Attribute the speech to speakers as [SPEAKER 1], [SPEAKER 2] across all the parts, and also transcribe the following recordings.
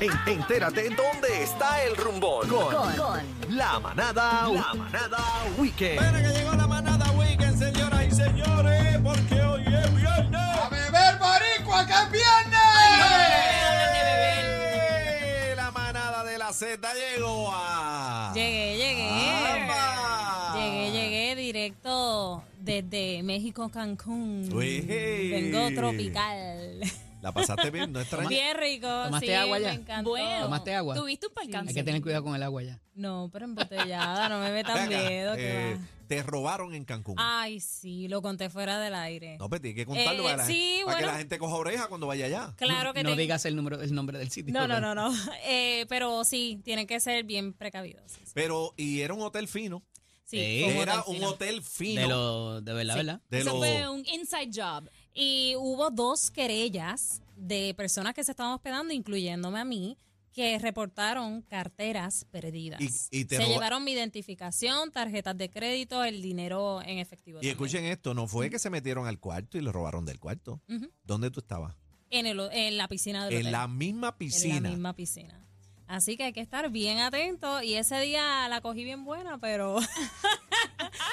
[SPEAKER 1] En- entérate dónde está el rumbón. Con, la manada, la manada weekend.
[SPEAKER 2] Espera que llegó la manada weekend, señoras y señores, porque hoy es viernes.
[SPEAKER 3] ¡A beber, boricua, que es viernes!
[SPEAKER 2] ¡Eh! La manada de la Z llegó a.
[SPEAKER 4] Llegué, llegué.
[SPEAKER 2] ¡Amba!
[SPEAKER 4] Llegué, llegué directo desde México, Cancún.
[SPEAKER 2] Uy.
[SPEAKER 4] Vengo tropical.
[SPEAKER 2] La pasaste bien, no extrañé.
[SPEAKER 4] Bien rico.
[SPEAKER 5] ¿Tomaste
[SPEAKER 4] sí,
[SPEAKER 5] agua
[SPEAKER 4] me
[SPEAKER 5] ya?
[SPEAKER 4] encantó.
[SPEAKER 5] Bueno. ¿Tomaste agua?
[SPEAKER 4] ¿Tuviste un percance?
[SPEAKER 5] Hay que tener cuidado con el agua ya.
[SPEAKER 4] No, pero embotellada, no me metan
[SPEAKER 2] Ven acá,
[SPEAKER 4] miedo. que
[SPEAKER 2] eh,
[SPEAKER 4] va.
[SPEAKER 2] te robaron en Cancún.
[SPEAKER 4] Ay, sí, lo conté fuera del aire.
[SPEAKER 2] No, pero tienes que contarlo
[SPEAKER 4] Eh,
[SPEAKER 2] para, la
[SPEAKER 4] sí,
[SPEAKER 2] gente, para que
[SPEAKER 4] bueno.
[SPEAKER 2] la gente coja oreja cuando vaya allá.
[SPEAKER 4] claro que
[SPEAKER 5] no
[SPEAKER 4] tengo-
[SPEAKER 5] digas el número, el nombre del sitio.
[SPEAKER 4] No, no,
[SPEAKER 5] porque-
[SPEAKER 4] no, no. Eh, pero sí, tienen que ser bien precavidos. Sí, sí.
[SPEAKER 2] Pero, y era un hotel fino.
[SPEAKER 4] Sí,
[SPEAKER 5] Eh,
[SPEAKER 4] como
[SPEAKER 2] Era
[SPEAKER 4] tal, sí,
[SPEAKER 2] un
[SPEAKER 4] no.
[SPEAKER 2] hotel fino.
[SPEAKER 5] De lo, de verdad, ¿verdad?
[SPEAKER 2] de
[SPEAKER 6] Eso
[SPEAKER 2] lo-
[SPEAKER 6] fue un inside job.
[SPEAKER 4] Y hubo dos querellas de personas que se estaban hospedando, incluyéndome a mí, que reportaron carteras perdidas.
[SPEAKER 2] Y- y te
[SPEAKER 4] se
[SPEAKER 2] roba-
[SPEAKER 4] llevaron mi identificación, tarjetas de crédito, el dinero en
[SPEAKER 2] Y
[SPEAKER 4] efectivo. también.
[SPEAKER 2] escuchen esto, no fue que se metieron al cuarto y le robaron del cuarto.
[SPEAKER 4] Ujú.
[SPEAKER 2] ¿Dónde tú estabas?
[SPEAKER 4] En, el- en la piscina del
[SPEAKER 2] En
[SPEAKER 4] hotel.
[SPEAKER 2] la misma piscina.
[SPEAKER 4] En la misma piscina. Así que hay que estar bien atentos. Y ese día la cogí bien buena, pero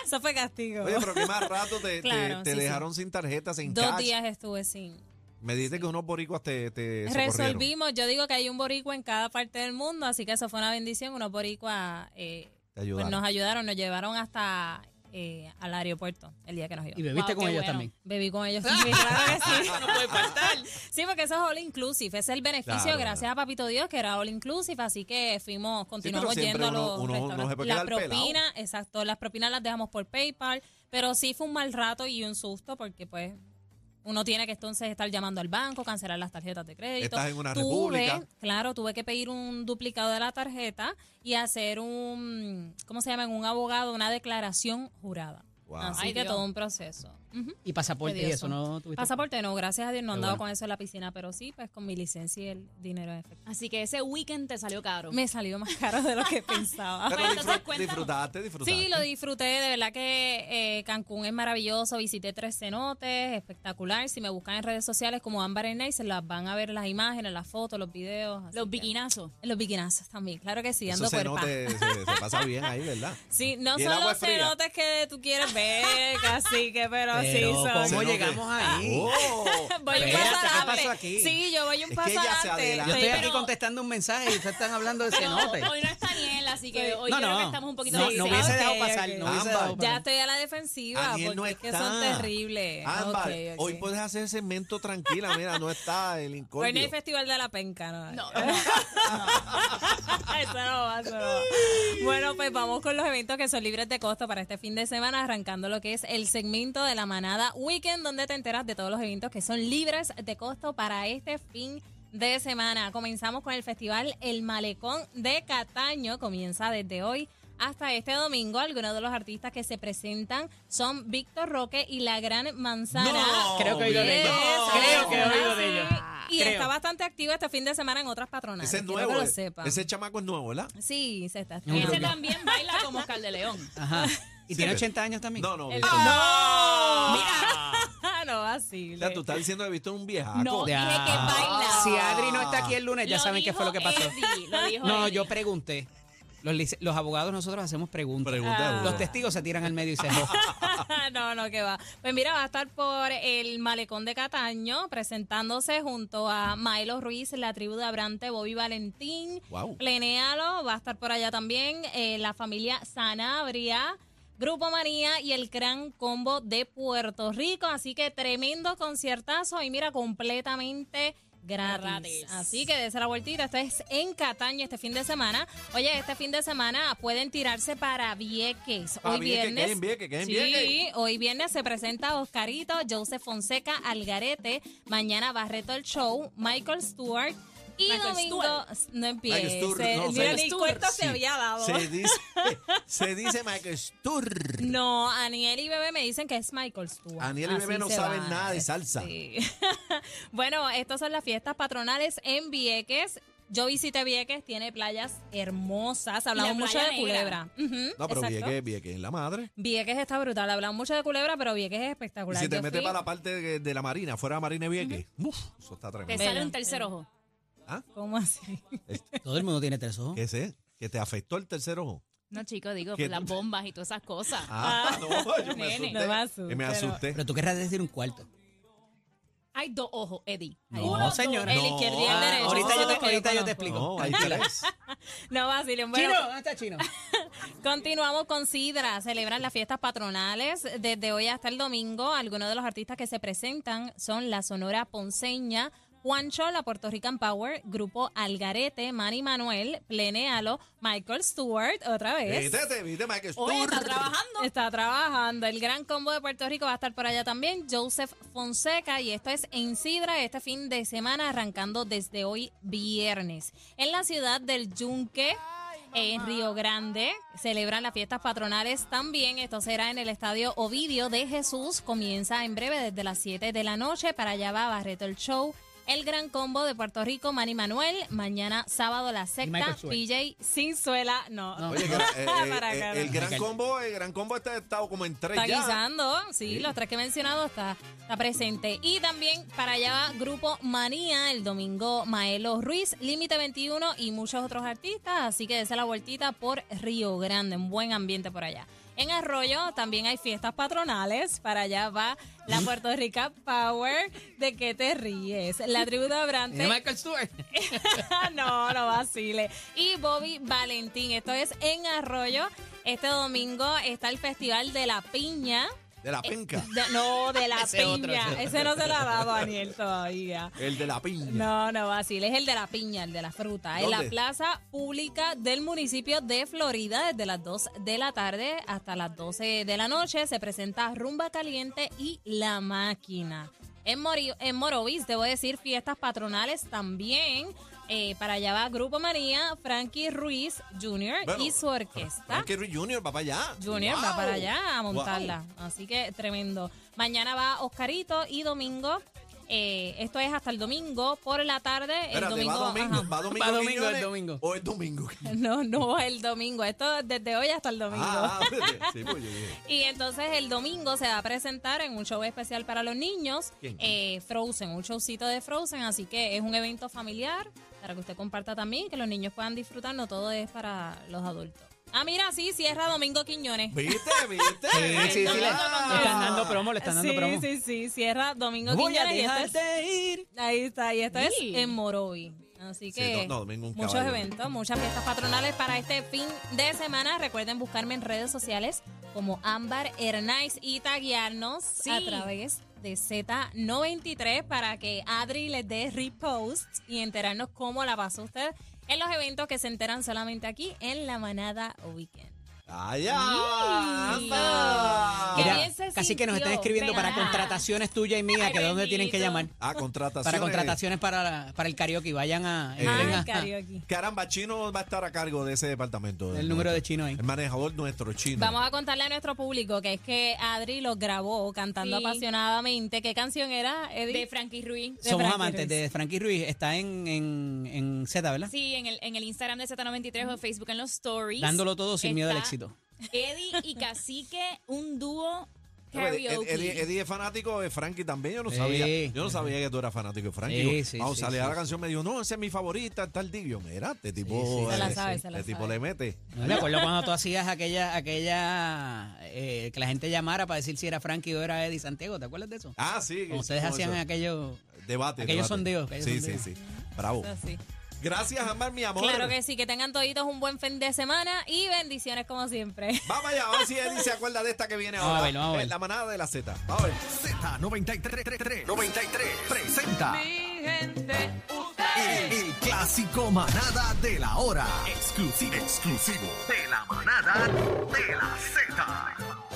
[SPEAKER 4] eso fue castigo.
[SPEAKER 2] Oye, pero qué más rato te, te-
[SPEAKER 4] Claro,
[SPEAKER 2] te
[SPEAKER 4] sí, sí.
[SPEAKER 2] dejaron sin tarjeta, sin
[SPEAKER 4] Dos
[SPEAKER 2] cash.
[SPEAKER 4] días estuve sin.
[SPEAKER 2] Me dijiste que unos boricuas te, te socorrieron.
[SPEAKER 4] Resolvimos, yo digo que hay un boricua en cada parte del mundo, así que eso fue una bendición. Unos boricuas eh,
[SPEAKER 2] Te
[SPEAKER 4] pues
[SPEAKER 2] ayudaron.
[SPEAKER 4] nos ayudaron, nos llevaron hasta eh, al aeropuerto el día que nos
[SPEAKER 5] Y
[SPEAKER 4] íbamos.
[SPEAKER 5] bebiste
[SPEAKER 6] Wow,
[SPEAKER 5] con
[SPEAKER 6] qué
[SPEAKER 5] ellos
[SPEAKER 6] bueno.
[SPEAKER 5] también.
[SPEAKER 4] Bebí con ellos también, claro que sí.
[SPEAKER 5] Ah, No puede faltar.
[SPEAKER 4] Sí, porque eso es all inclusive, ese es el beneficio
[SPEAKER 2] Claro,
[SPEAKER 4] gracias a Papito Dios que era all inclusive, así que fuimos, continuamos
[SPEAKER 2] siempre
[SPEAKER 4] yendo
[SPEAKER 2] uno-
[SPEAKER 4] a los
[SPEAKER 2] uno- uno
[SPEAKER 4] restaurantes.
[SPEAKER 2] se puede
[SPEAKER 4] Las
[SPEAKER 2] quedar pelado.
[SPEAKER 4] propinas, exacto, las propinas las dejamos por PayPal, pero sí fue un mal rato y un susto porque pues uno tiene que entonces estar llamando al banco, cancelar las tarjetas de crédito.
[SPEAKER 2] Estás en una
[SPEAKER 4] tuve,
[SPEAKER 2] república.
[SPEAKER 4] Claro, tuve que pedir un duplicado de la tarjeta y hacer un, ¿cómo se llama? En un abogado, una declaración jurada.
[SPEAKER 2] Wow.
[SPEAKER 4] Así
[SPEAKER 6] Ay,
[SPEAKER 4] que
[SPEAKER 6] Dios.
[SPEAKER 4] todo un proceso. Ujú.
[SPEAKER 5] Y pasaporte y eso,
[SPEAKER 4] Tedioso.
[SPEAKER 5] ¿no? tuviste?
[SPEAKER 4] Pasaporte no, gracias a Dios no
[SPEAKER 5] Qué
[SPEAKER 4] andaba
[SPEAKER 5] bueno.
[SPEAKER 4] con eso en la piscina, pero sí, pues con mi licencia y el dinero en efectivo.
[SPEAKER 6] Así que ese weekend te salió caro.
[SPEAKER 4] Me salió más caro de lo que pensaba.
[SPEAKER 2] Pero
[SPEAKER 6] Bueno, entonces
[SPEAKER 2] disfrut-
[SPEAKER 6] cuéntanos.
[SPEAKER 2] disfrutaste, disfrutaste.
[SPEAKER 4] Sí, lo disfruté, de verdad que eh, Cancún es maravilloso, visité tres cenotes, espectacular. Si me buscan en redes sociales como Ámbar en Night, se las van a ver las imágenes, las fotos, los videos. así
[SPEAKER 6] Los
[SPEAKER 4] que-
[SPEAKER 6] biquinazos.
[SPEAKER 4] Los biquinazos también, claro que sí,
[SPEAKER 2] Eso
[SPEAKER 4] dando
[SPEAKER 2] se,
[SPEAKER 4] cuerpa.
[SPEAKER 2] note- se- se pasa bien ahí, ¿verdad?
[SPEAKER 4] Sí, no
[SPEAKER 2] ¿Y el
[SPEAKER 4] son
[SPEAKER 2] agua
[SPEAKER 4] los
[SPEAKER 2] es fría?
[SPEAKER 4] cenotes que tú quieres ver, así que, pero,
[SPEAKER 5] Pero,
[SPEAKER 4] ah, sí
[SPEAKER 5] ¿cómo
[SPEAKER 4] son.
[SPEAKER 2] Se note-
[SPEAKER 5] llegamos ahí?
[SPEAKER 2] ¡Oh!
[SPEAKER 4] Voy un
[SPEAKER 5] Espérate,
[SPEAKER 4] paso
[SPEAKER 5] ¿qué
[SPEAKER 4] adelante.
[SPEAKER 5] pasó aquí?
[SPEAKER 4] Sí, yo voy un
[SPEAKER 2] Es
[SPEAKER 4] paso
[SPEAKER 2] que ella se
[SPEAKER 4] adelante.
[SPEAKER 2] adelanta.
[SPEAKER 5] Yo estoy
[SPEAKER 4] Sí,
[SPEAKER 5] aquí
[SPEAKER 4] pero-
[SPEAKER 5] contestando un mensaje y ustedes están hablando de cenote.
[SPEAKER 6] Hoy no es Daniel, así que hoy creo que estamos un poquito
[SPEAKER 5] no,
[SPEAKER 6] más
[SPEAKER 5] no
[SPEAKER 4] sí,
[SPEAKER 5] hubiese
[SPEAKER 4] ok,
[SPEAKER 5] dejado
[SPEAKER 4] ok.
[SPEAKER 5] pasar, no hubiese dejado
[SPEAKER 2] Ambas.
[SPEAKER 4] Ya
[SPEAKER 5] pasar.
[SPEAKER 4] estoy a la defensiva
[SPEAKER 2] Daniel
[SPEAKER 4] porque
[SPEAKER 2] no
[SPEAKER 4] es que
[SPEAKER 2] está.
[SPEAKER 4] son terribles.
[SPEAKER 2] Ámbar,
[SPEAKER 4] Ok, ok.
[SPEAKER 2] hoy puedes hacer segmento tranquila. Mira, no está el
[SPEAKER 4] Hoy no Pues hay
[SPEAKER 2] incordio.
[SPEAKER 4] festival de la penca, ¿no?
[SPEAKER 6] No,
[SPEAKER 4] Eso
[SPEAKER 6] no.
[SPEAKER 4] no va, eso no va. Bueno, pues vamos con los eventos que son libres de costo para este fin de semana, arrancando lo que es el segmento de la manada Weekend, donde te enteras de todos los eventos que son libres de costo para este fin de semana. Comenzamos con el festival El Malecón de Cataño, comienza desde hoy. Hasta este domingo, algunos de los artistas que se presentan son Víctor Roque y La Gran Manzana.
[SPEAKER 2] No,
[SPEAKER 5] Creo que he oído de ellos.
[SPEAKER 4] Eso
[SPEAKER 5] Creo que he
[SPEAKER 4] es
[SPEAKER 5] oído
[SPEAKER 4] así.
[SPEAKER 5] de ellos.
[SPEAKER 4] Y
[SPEAKER 5] Creo.
[SPEAKER 4] está bastante activo este fin de semana en otras patronales.
[SPEAKER 2] Ese es
[SPEAKER 4] quiero que
[SPEAKER 2] nuevo.
[SPEAKER 4] lo
[SPEAKER 2] eh.
[SPEAKER 4] sepan.
[SPEAKER 2] Ese chamaco es nuevo, ¿verdad?
[SPEAKER 4] Sí, se está
[SPEAKER 5] un
[SPEAKER 6] Ese
[SPEAKER 5] rubio.
[SPEAKER 6] también baila como Oscar de León.
[SPEAKER 5] Ajá. ¿Y tiene
[SPEAKER 2] Sí.
[SPEAKER 5] 80 años también?
[SPEAKER 2] No, no.
[SPEAKER 6] El-
[SPEAKER 2] Víctor.
[SPEAKER 4] Ah, no, así.
[SPEAKER 2] O sea, tú estás diciendo que visto un viejaco.
[SPEAKER 6] No,
[SPEAKER 5] Ya.
[SPEAKER 6] dije que baila.
[SPEAKER 5] Si Adri no está aquí el lunes, ya
[SPEAKER 6] Lo
[SPEAKER 5] saben qué fue lo que
[SPEAKER 6] dijo
[SPEAKER 5] pasó.
[SPEAKER 6] Eddie, lo dijo
[SPEAKER 5] No,
[SPEAKER 6] Eddie.
[SPEAKER 5] yo pregunté. Los, lic- los abogados nosotros hacemos preguntas.
[SPEAKER 2] Pregunta uno.
[SPEAKER 5] Los testigos se tiran al medio y se
[SPEAKER 4] no, no, que va. Pues mira, va a estar por el Malecón de Cataño presentándose junto a Maelo Ruiz, la tribu de Abrante, Bobby Valentín.
[SPEAKER 2] Guau.
[SPEAKER 4] Plenéalo, va a estar por allá también eh, la familia Sanabria. Grupo María y el Gran Combo de Puerto Rico. Así que tremendo conciertazo y mira, completamente gratis.
[SPEAKER 6] Gratis.
[SPEAKER 4] Así que dése la vueltita. Esto es en Cataño este fin de semana. Oye, este fin de semana pueden tirarse para Vieques.
[SPEAKER 2] Ah,
[SPEAKER 4] Hoy
[SPEAKER 2] Vieques,
[SPEAKER 4] viernes.
[SPEAKER 2] que en Vieques, que en
[SPEAKER 4] Sí,
[SPEAKER 2] Vieques.
[SPEAKER 4] hoy viernes se presenta Oscarito, Joseph Fonseca, Algarete. Mañana Barreto el show, Michael Stewart. Y
[SPEAKER 6] Michael
[SPEAKER 4] domingo, no empiece.
[SPEAKER 2] Michael Stewart, no,
[SPEAKER 4] Mira,
[SPEAKER 2] Michael
[SPEAKER 4] ni
[SPEAKER 6] Stewart.
[SPEAKER 4] cuenta
[SPEAKER 2] Sí.
[SPEAKER 4] se había dado.
[SPEAKER 2] Se dice, se dice Michael Sturr.
[SPEAKER 4] No, Aniel y Bebé me dicen que es Michael Stewart.
[SPEAKER 2] Aniel y
[SPEAKER 4] Así
[SPEAKER 2] Bebé no
[SPEAKER 4] se
[SPEAKER 2] saben
[SPEAKER 4] van.
[SPEAKER 2] nada de salsa.
[SPEAKER 4] Sí. bueno, estas son las fiestas patronales en Vieques. Yo visité Vieques, tiene playas hermosas. Hablamos
[SPEAKER 6] La
[SPEAKER 4] mucho
[SPEAKER 6] playa
[SPEAKER 4] de
[SPEAKER 6] negra.
[SPEAKER 4] Culebra. Ujú,
[SPEAKER 2] No, pero
[SPEAKER 4] exacto.
[SPEAKER 2] Vieques, Vieques es la madre.
[SPEAKER 4] Vieques está brutal. Hablamos mucho de Culebra, pero Vieques es
[SPEAKER 2] Y
[SPEAKER 4] espectacular.
[SPEAKER 2] si te
[SPEAKER 4] Yo
[SPEAKER 2] metes
[SPEAKER 4] fui-
[SPEAKER 2] para la parte de, de la marina, fuera de la marina de Vieques, uf, eso está
[SPEAKER 6] Te
[SPEAKER 2] tremendo.
[SPEAKER 6] sale
[SPEAKER 4] Bueno.
[SPEAKER 6] un tercer ojo.
[SPEAKER 2] ¿Ah?
[SPEAKER 4] ¿Cómo así?
[SPEAKER 5] Todo el mundo tiene tres ojos.
[SPEAKER 2] ¿Qué sé? ¿Que te afectó el tercer ojo?
[SPEAKER 6] No, chico, digo,
[SPEAKER 2] ¿Qué?
[SPEAKER 6] las bombas y todas esas cosas.
[SPEAKER 2] Ah, no, yo me
[SPEAKER 6] Nene.
[SPEAKER 2] asusté.
[SPEAKER 4] No me asusté,
[SPEAKER 2] me
[SPEAKER 4] pero-
[SPEAKER 2] asusté.
[SPEAKER 5] Pero tú querrás decir un cuarto.
[SPEAKER 6] Hay dos ojos, Eddie. Hay
[SPEAKER 5] No,
[SPEAKER 6] uno,
[SPEAKER 5] señora.
[SPEAKER 6] dos.
[SPEAKER 4] El
[SPEAKER 2] No.
[SPEAKER 4] izquierdo y el
[SPEAKER 2] Ah,
[SPEAKER 4] derecho.
[SPEAKER 5] ahorita
[SPEAKER 4] son
[SPEAKER 5] yo te-
[SPEAKER 4] los que
[SPEAKER 5] ahorita yo te
[SPEAKER 4] conozco.
[SPEAKER 5] explico.
[SPEAKER 2] No, hay
[SPEAKER 5] Tranquila.
[SPEAKER 2] tres.
[SPEAKER 4] No, Basilio, bueno,
[SPEAKER 5] Chino, ¿dónde está Chino?
[SPEAKER 4] Continuamos con Sidra. Celebran las fiestas patronales desde hoy hasta el domingo. Algunos de los artistas que se presentan son la Sonora Ponceña, Juancho, la Puerto Rican Power, Grupo Algarete, Manny Manuel, Plenéalo, Michael Stewart, otra vez.
[SPEAKER 2] Vítete, vítete, Michael
[SPEAKER 6] Oye,
[SPEAKER 2] Stur.
[SPEAKER 6] está trabajando.
[SPEAKER 4] Está trabajando. El gran combo de Puerto Rico va a estar por allá también. Joseph Fonseca. Y esto es en Sidra este fin de semana, arrancando desde hoy viernes. En la ciudad del Yunque. En Río Grande celebran las fiestas patronales también. Esto será en el Estadio Ovidio de Jesús. Comienza en breve desde las 7 de la noche. Para allá va Barreto el Show. El Gran Combo de Puerto Rico, Manny Manuel. Mañana sábado la secta,
[SPEAKER 5] Michael Stewart.
[SPEAKER 4] PJ Sinzuela. No,
[SPEAKER 5] No.
[SPEAKER 2] Oye, que, eh, eh,
[SPEAKER 4] Para
[SPEAKER 2] eh,
[SPEAKER 4] acá,
[SPEAKER 2] el
[SPEAKER 4] no.
[SPEAKER 2] gran combo, el gran combo está, está como en tres
[SPEAKER 4] Está
[SPEAKER 2] ya.
[SPEAKER 4] guisando, sí,
[SPEAKER 2] Sí.
[SPEAKER 4] los tres que he mencionado está, está presente. Y también para allá va Grupo Manía, el domingo Maelo Ruiz, Límite 21 y muchos otros artistas, así que dése la vueltita por Río Grande, un buen ambiente por allá. En Arroyo también hay fiestas patronales, para allá va la Puerto Rica Power, ¿de qué te ríes? La tribu de Abrante. Ah,
[SPEAKER 5] Michael Stewart.
[SPEAKER 4] no, no vacile. Y Bobby Valentín, esto es en Arroyo. Este domingo está el Festival de la Piña.
[SPEAKER 2] De la penca.
[SPEAKER 4] Eh, De- no, de la
[SPEAKER 5] Ese
[SPEAKER 4] piña.
[SPEAKER 5] otro, ese otro.
[SPEAKER 4] ese no se la daba Daniel todavía.
[SPEAKER 2] El de la piña.
[SPEAKER 4] No, no, Basil, es el de la piña, el de la fruta. En la
[SPEAKER 2] ¿Dónde?
[SPEAKER 4] plaza pública del municipio de Florida, desde las 2 de la tarde hasta las 12 de la noche, se presenta Rumba Caliente y La Máquina. En, Mori- en Morovis, debo decir, fiestas patronales también. Eh, para allá va Grupo María, Frankie Ruiz Jr.
[SPEAKER 2] Bueno,
[SPEAKER 4] y su orquesta.
[SPEAKER 2] Frankie Ruiz Jr. va para allá.
[SPEAKER 4] Junior va
[SPEAKER 2] Wow.
[SPEAKER 4] para allá a
[SPEAKER 2] Wow.
[SPEAKER 4] montarla. Así que tremendo. Mañana va Oscarito y domingo. eh, esto es hasta el domingo por la tarde. El
[SPEAKER 2] Espérate,
[SPEAKER 4] domingo.
[SPEAKER 2] va domingo,
[SPEAKER 4] ajá.
[SPEAKER 2] va domingo.
[SPEAKER 5] Va domingo,
[SPEAKER 2] Quiñones,
[SPEAKER 5] el domingo.
[SPEAKER 2] O el domingo.
[SPEAKER 4] No, no, el domingo. Esto desde hoy hasta el domingo.
[SPEAKER 2] Ah, ah, sí, pues yo dije.
[SPEAKER 4] Y entonces el domingo se va a presentar en un show especial para los niños,
[SPEAKER 2] ¿Quién?
[SPEAKER 4] eh, Frozen, un showcito de Frozen, así que es un evento familiar para que usted comparta también, que los niños puedan disfrutar, no todo es para los adultos. Ah, mira, sí, cierra Domingo Quiñones.
[SPEAKER 2] ¿Viste? ¿Viste?
[SPEAKER 5] Sí, sí, sí. Le, le
[SPEAKER 2] Ah.
[SPEAKER 5] están dando promo, le están dando
[SPEAKER 4] sí,
[SPEAKER 5] promo.
[SPEAKER 4] Sí, sí, cierra Domingo
[SPEAKER 5] Voy a
[SPEAKER 4] Quiñones y esto es-
[SPEAKER 5] dejarte ir.
[SPEAKER 4] ahí está, y esto
[SPEAKER 6] Sí.
[SPEAKER 4] es en Morovi. Así
[SPEAKER 2] Sí,
[SPEAKER 4] que
[SPEAKER 2] no, no, domingo un
[SPEAKER 4] muchos
[SPEAKER 2] caballo.
[SPEAKER 4] eventos, muchas fiestas patronales para este fin de semana. Recuerden buscarme en redes sociales como Ámbar Hernández y taguearnos
[SPEAKER 6] Sí.
[SPEAKER 4] a través de Z93 para que Adri les dé repost y enterarnos cómo la pasó usted en los eventos que se enteran solamente aquí en La Manada Weekend.
[SPEAKER 2] Allá. anda.
[SPEAKER 4] Qué
[SPEAKER 5] Mira,
[SPEAKER 4] bien se
[SPEAKER 5] casi que nos están
[SPEAKER 4] sintió,
[SPEAKER 5] escribiendo para
[SPEAKER 4] ¿verdad?
[SPEAKER 5] contrataciones tuyas y mías, que dónde tienen que
[SPEAKER 6] bendito.
[SPEAKER 5] llamar.
[SPEAKER 2] Ah, contrataciones.
[SPEAKER 5] Para contrataciones para, la- para el karaoke. Vayan a.
[SPEAKER 2] Eh,
[SPEAKER 4] Ah,
[SPEAKER 5] entren a-
[SPEAKER 4] el karaoke.
[SPEAKER 2] Caramba, Chino va a estar a cargo de ese departamento.
[SPEAKER 5] El número de Chino ahí.
[SPEAKER 2] El manejador nuestro, Chino.
[SPEAKER 4] Vamos a contarle a nuestro público que es que Adri los grabó cantando
[SPEAKER 6] Sí.
[SPEAKER 4] apasionadamente. ¿Qué canción era, Edith?
[SPEAKER 6] De Frankie Ruiz.
[SPEAKER 4] de
[SPEAKER 5] Somos
[SPEAKER 4] Frankie
[SPEAKER 5] amantes
[SPEAKER 4] Ruiz.
[SPEAKER 5] de Frankie Ruiz. Está en, en, en Z, ¿verdad?
[SPEAKER 6] Sí, en el, en el Instagram de Z93 o en Facebook en los stories.
[SPEAKER 5] Dándolo todo sin miedo al
[SPEAKER 6] Está
[SPEAKER 5] éxito.
[SPEAKER 6] Eddie y Cacique, un dúo
[SPEAKER 2] No, pero Ed-
[SPEAKER 6] karaoke.
[SPEAKER 2] Eddie, Eddie es fanático de Frankie también, yo no
[SPEAKER 5] Sí.
[SPEAKER 2] sabía. Yo no sabía que tú eras fanático de Frankie.
[SPEAKER 5] Sí,
[SPEAKER 2] Yo,
[SPEAKER 5] sí,
[SPEAKER 2] vamos,
[SPEAKER 5] sí,
[SPEAKER 2] sale a
[SPEAKER 5] sí,
[SPEAKER 2] la
[SPEAKER 5] sí.
[SPEAKER 2] canción, me dijo, no, esa es mi favorita, tal tibio. Mira, este
[SPEAKER 5] sí,
[SPEAKER 2] tipo,
[SPEAKER 5] se la
[SPEAKER 2] eh,
[SPEAKER 4] sabe,
[SPEAKER 2] sí,
[SPEAKER 4] se la
[SPEAKER 2] este tipo
[SPEAKER 4] sabe.
[SPEAKER 2] le mete.
[SPEAKER 5] No, me acuerdo cuando tú hacías aquella, aquella eh, que la gente llamara para decir si era Frankie o era Eddie Santiago, ¿te acuerdas de eso?
[SPEAKER 2] Ah, sí.
[SPEAKER 5] Como ustedes
[SPEAKER 2] como
[SPEAKER 5] hacían
[SPEAKER 2] eso.
[SPEAKER 5] aquello.
[SPEAKER 2] debate.
[SPEAKER 5] aquellos
[SPEAKER 2] debate.
[SPEAKER 5] sondeos, aquellos
[SPEAKER 2] sí,
[SPEAKER 5] sondeos.
[SPEAKER 2] sí, sí. Bravo.
[SPEAKER 4] Eso sí.
[SPEAKER 2] Gracias, Amar, mi amor.
[SPEAKER 4] Claro que sí, que tengan toditos un buen fin de semana y bendiciones como siempre.
[SPEAKER 2] Vamos allá, vamos a ver si Eddie se acuerda de esta que viene
[SPEAKER 5] Vamos a
[SPEAKER 2] ahora.
[SPEAKER 5] ver, vamos a ver.
[SPEAKER 2] Eh, La manada de la Z. Vamos a ver.
[SPEAKER 1] Z93 93 presenta el, el clásico manada de la hora. Exclusivo. Exclusivo de la manada de la Z.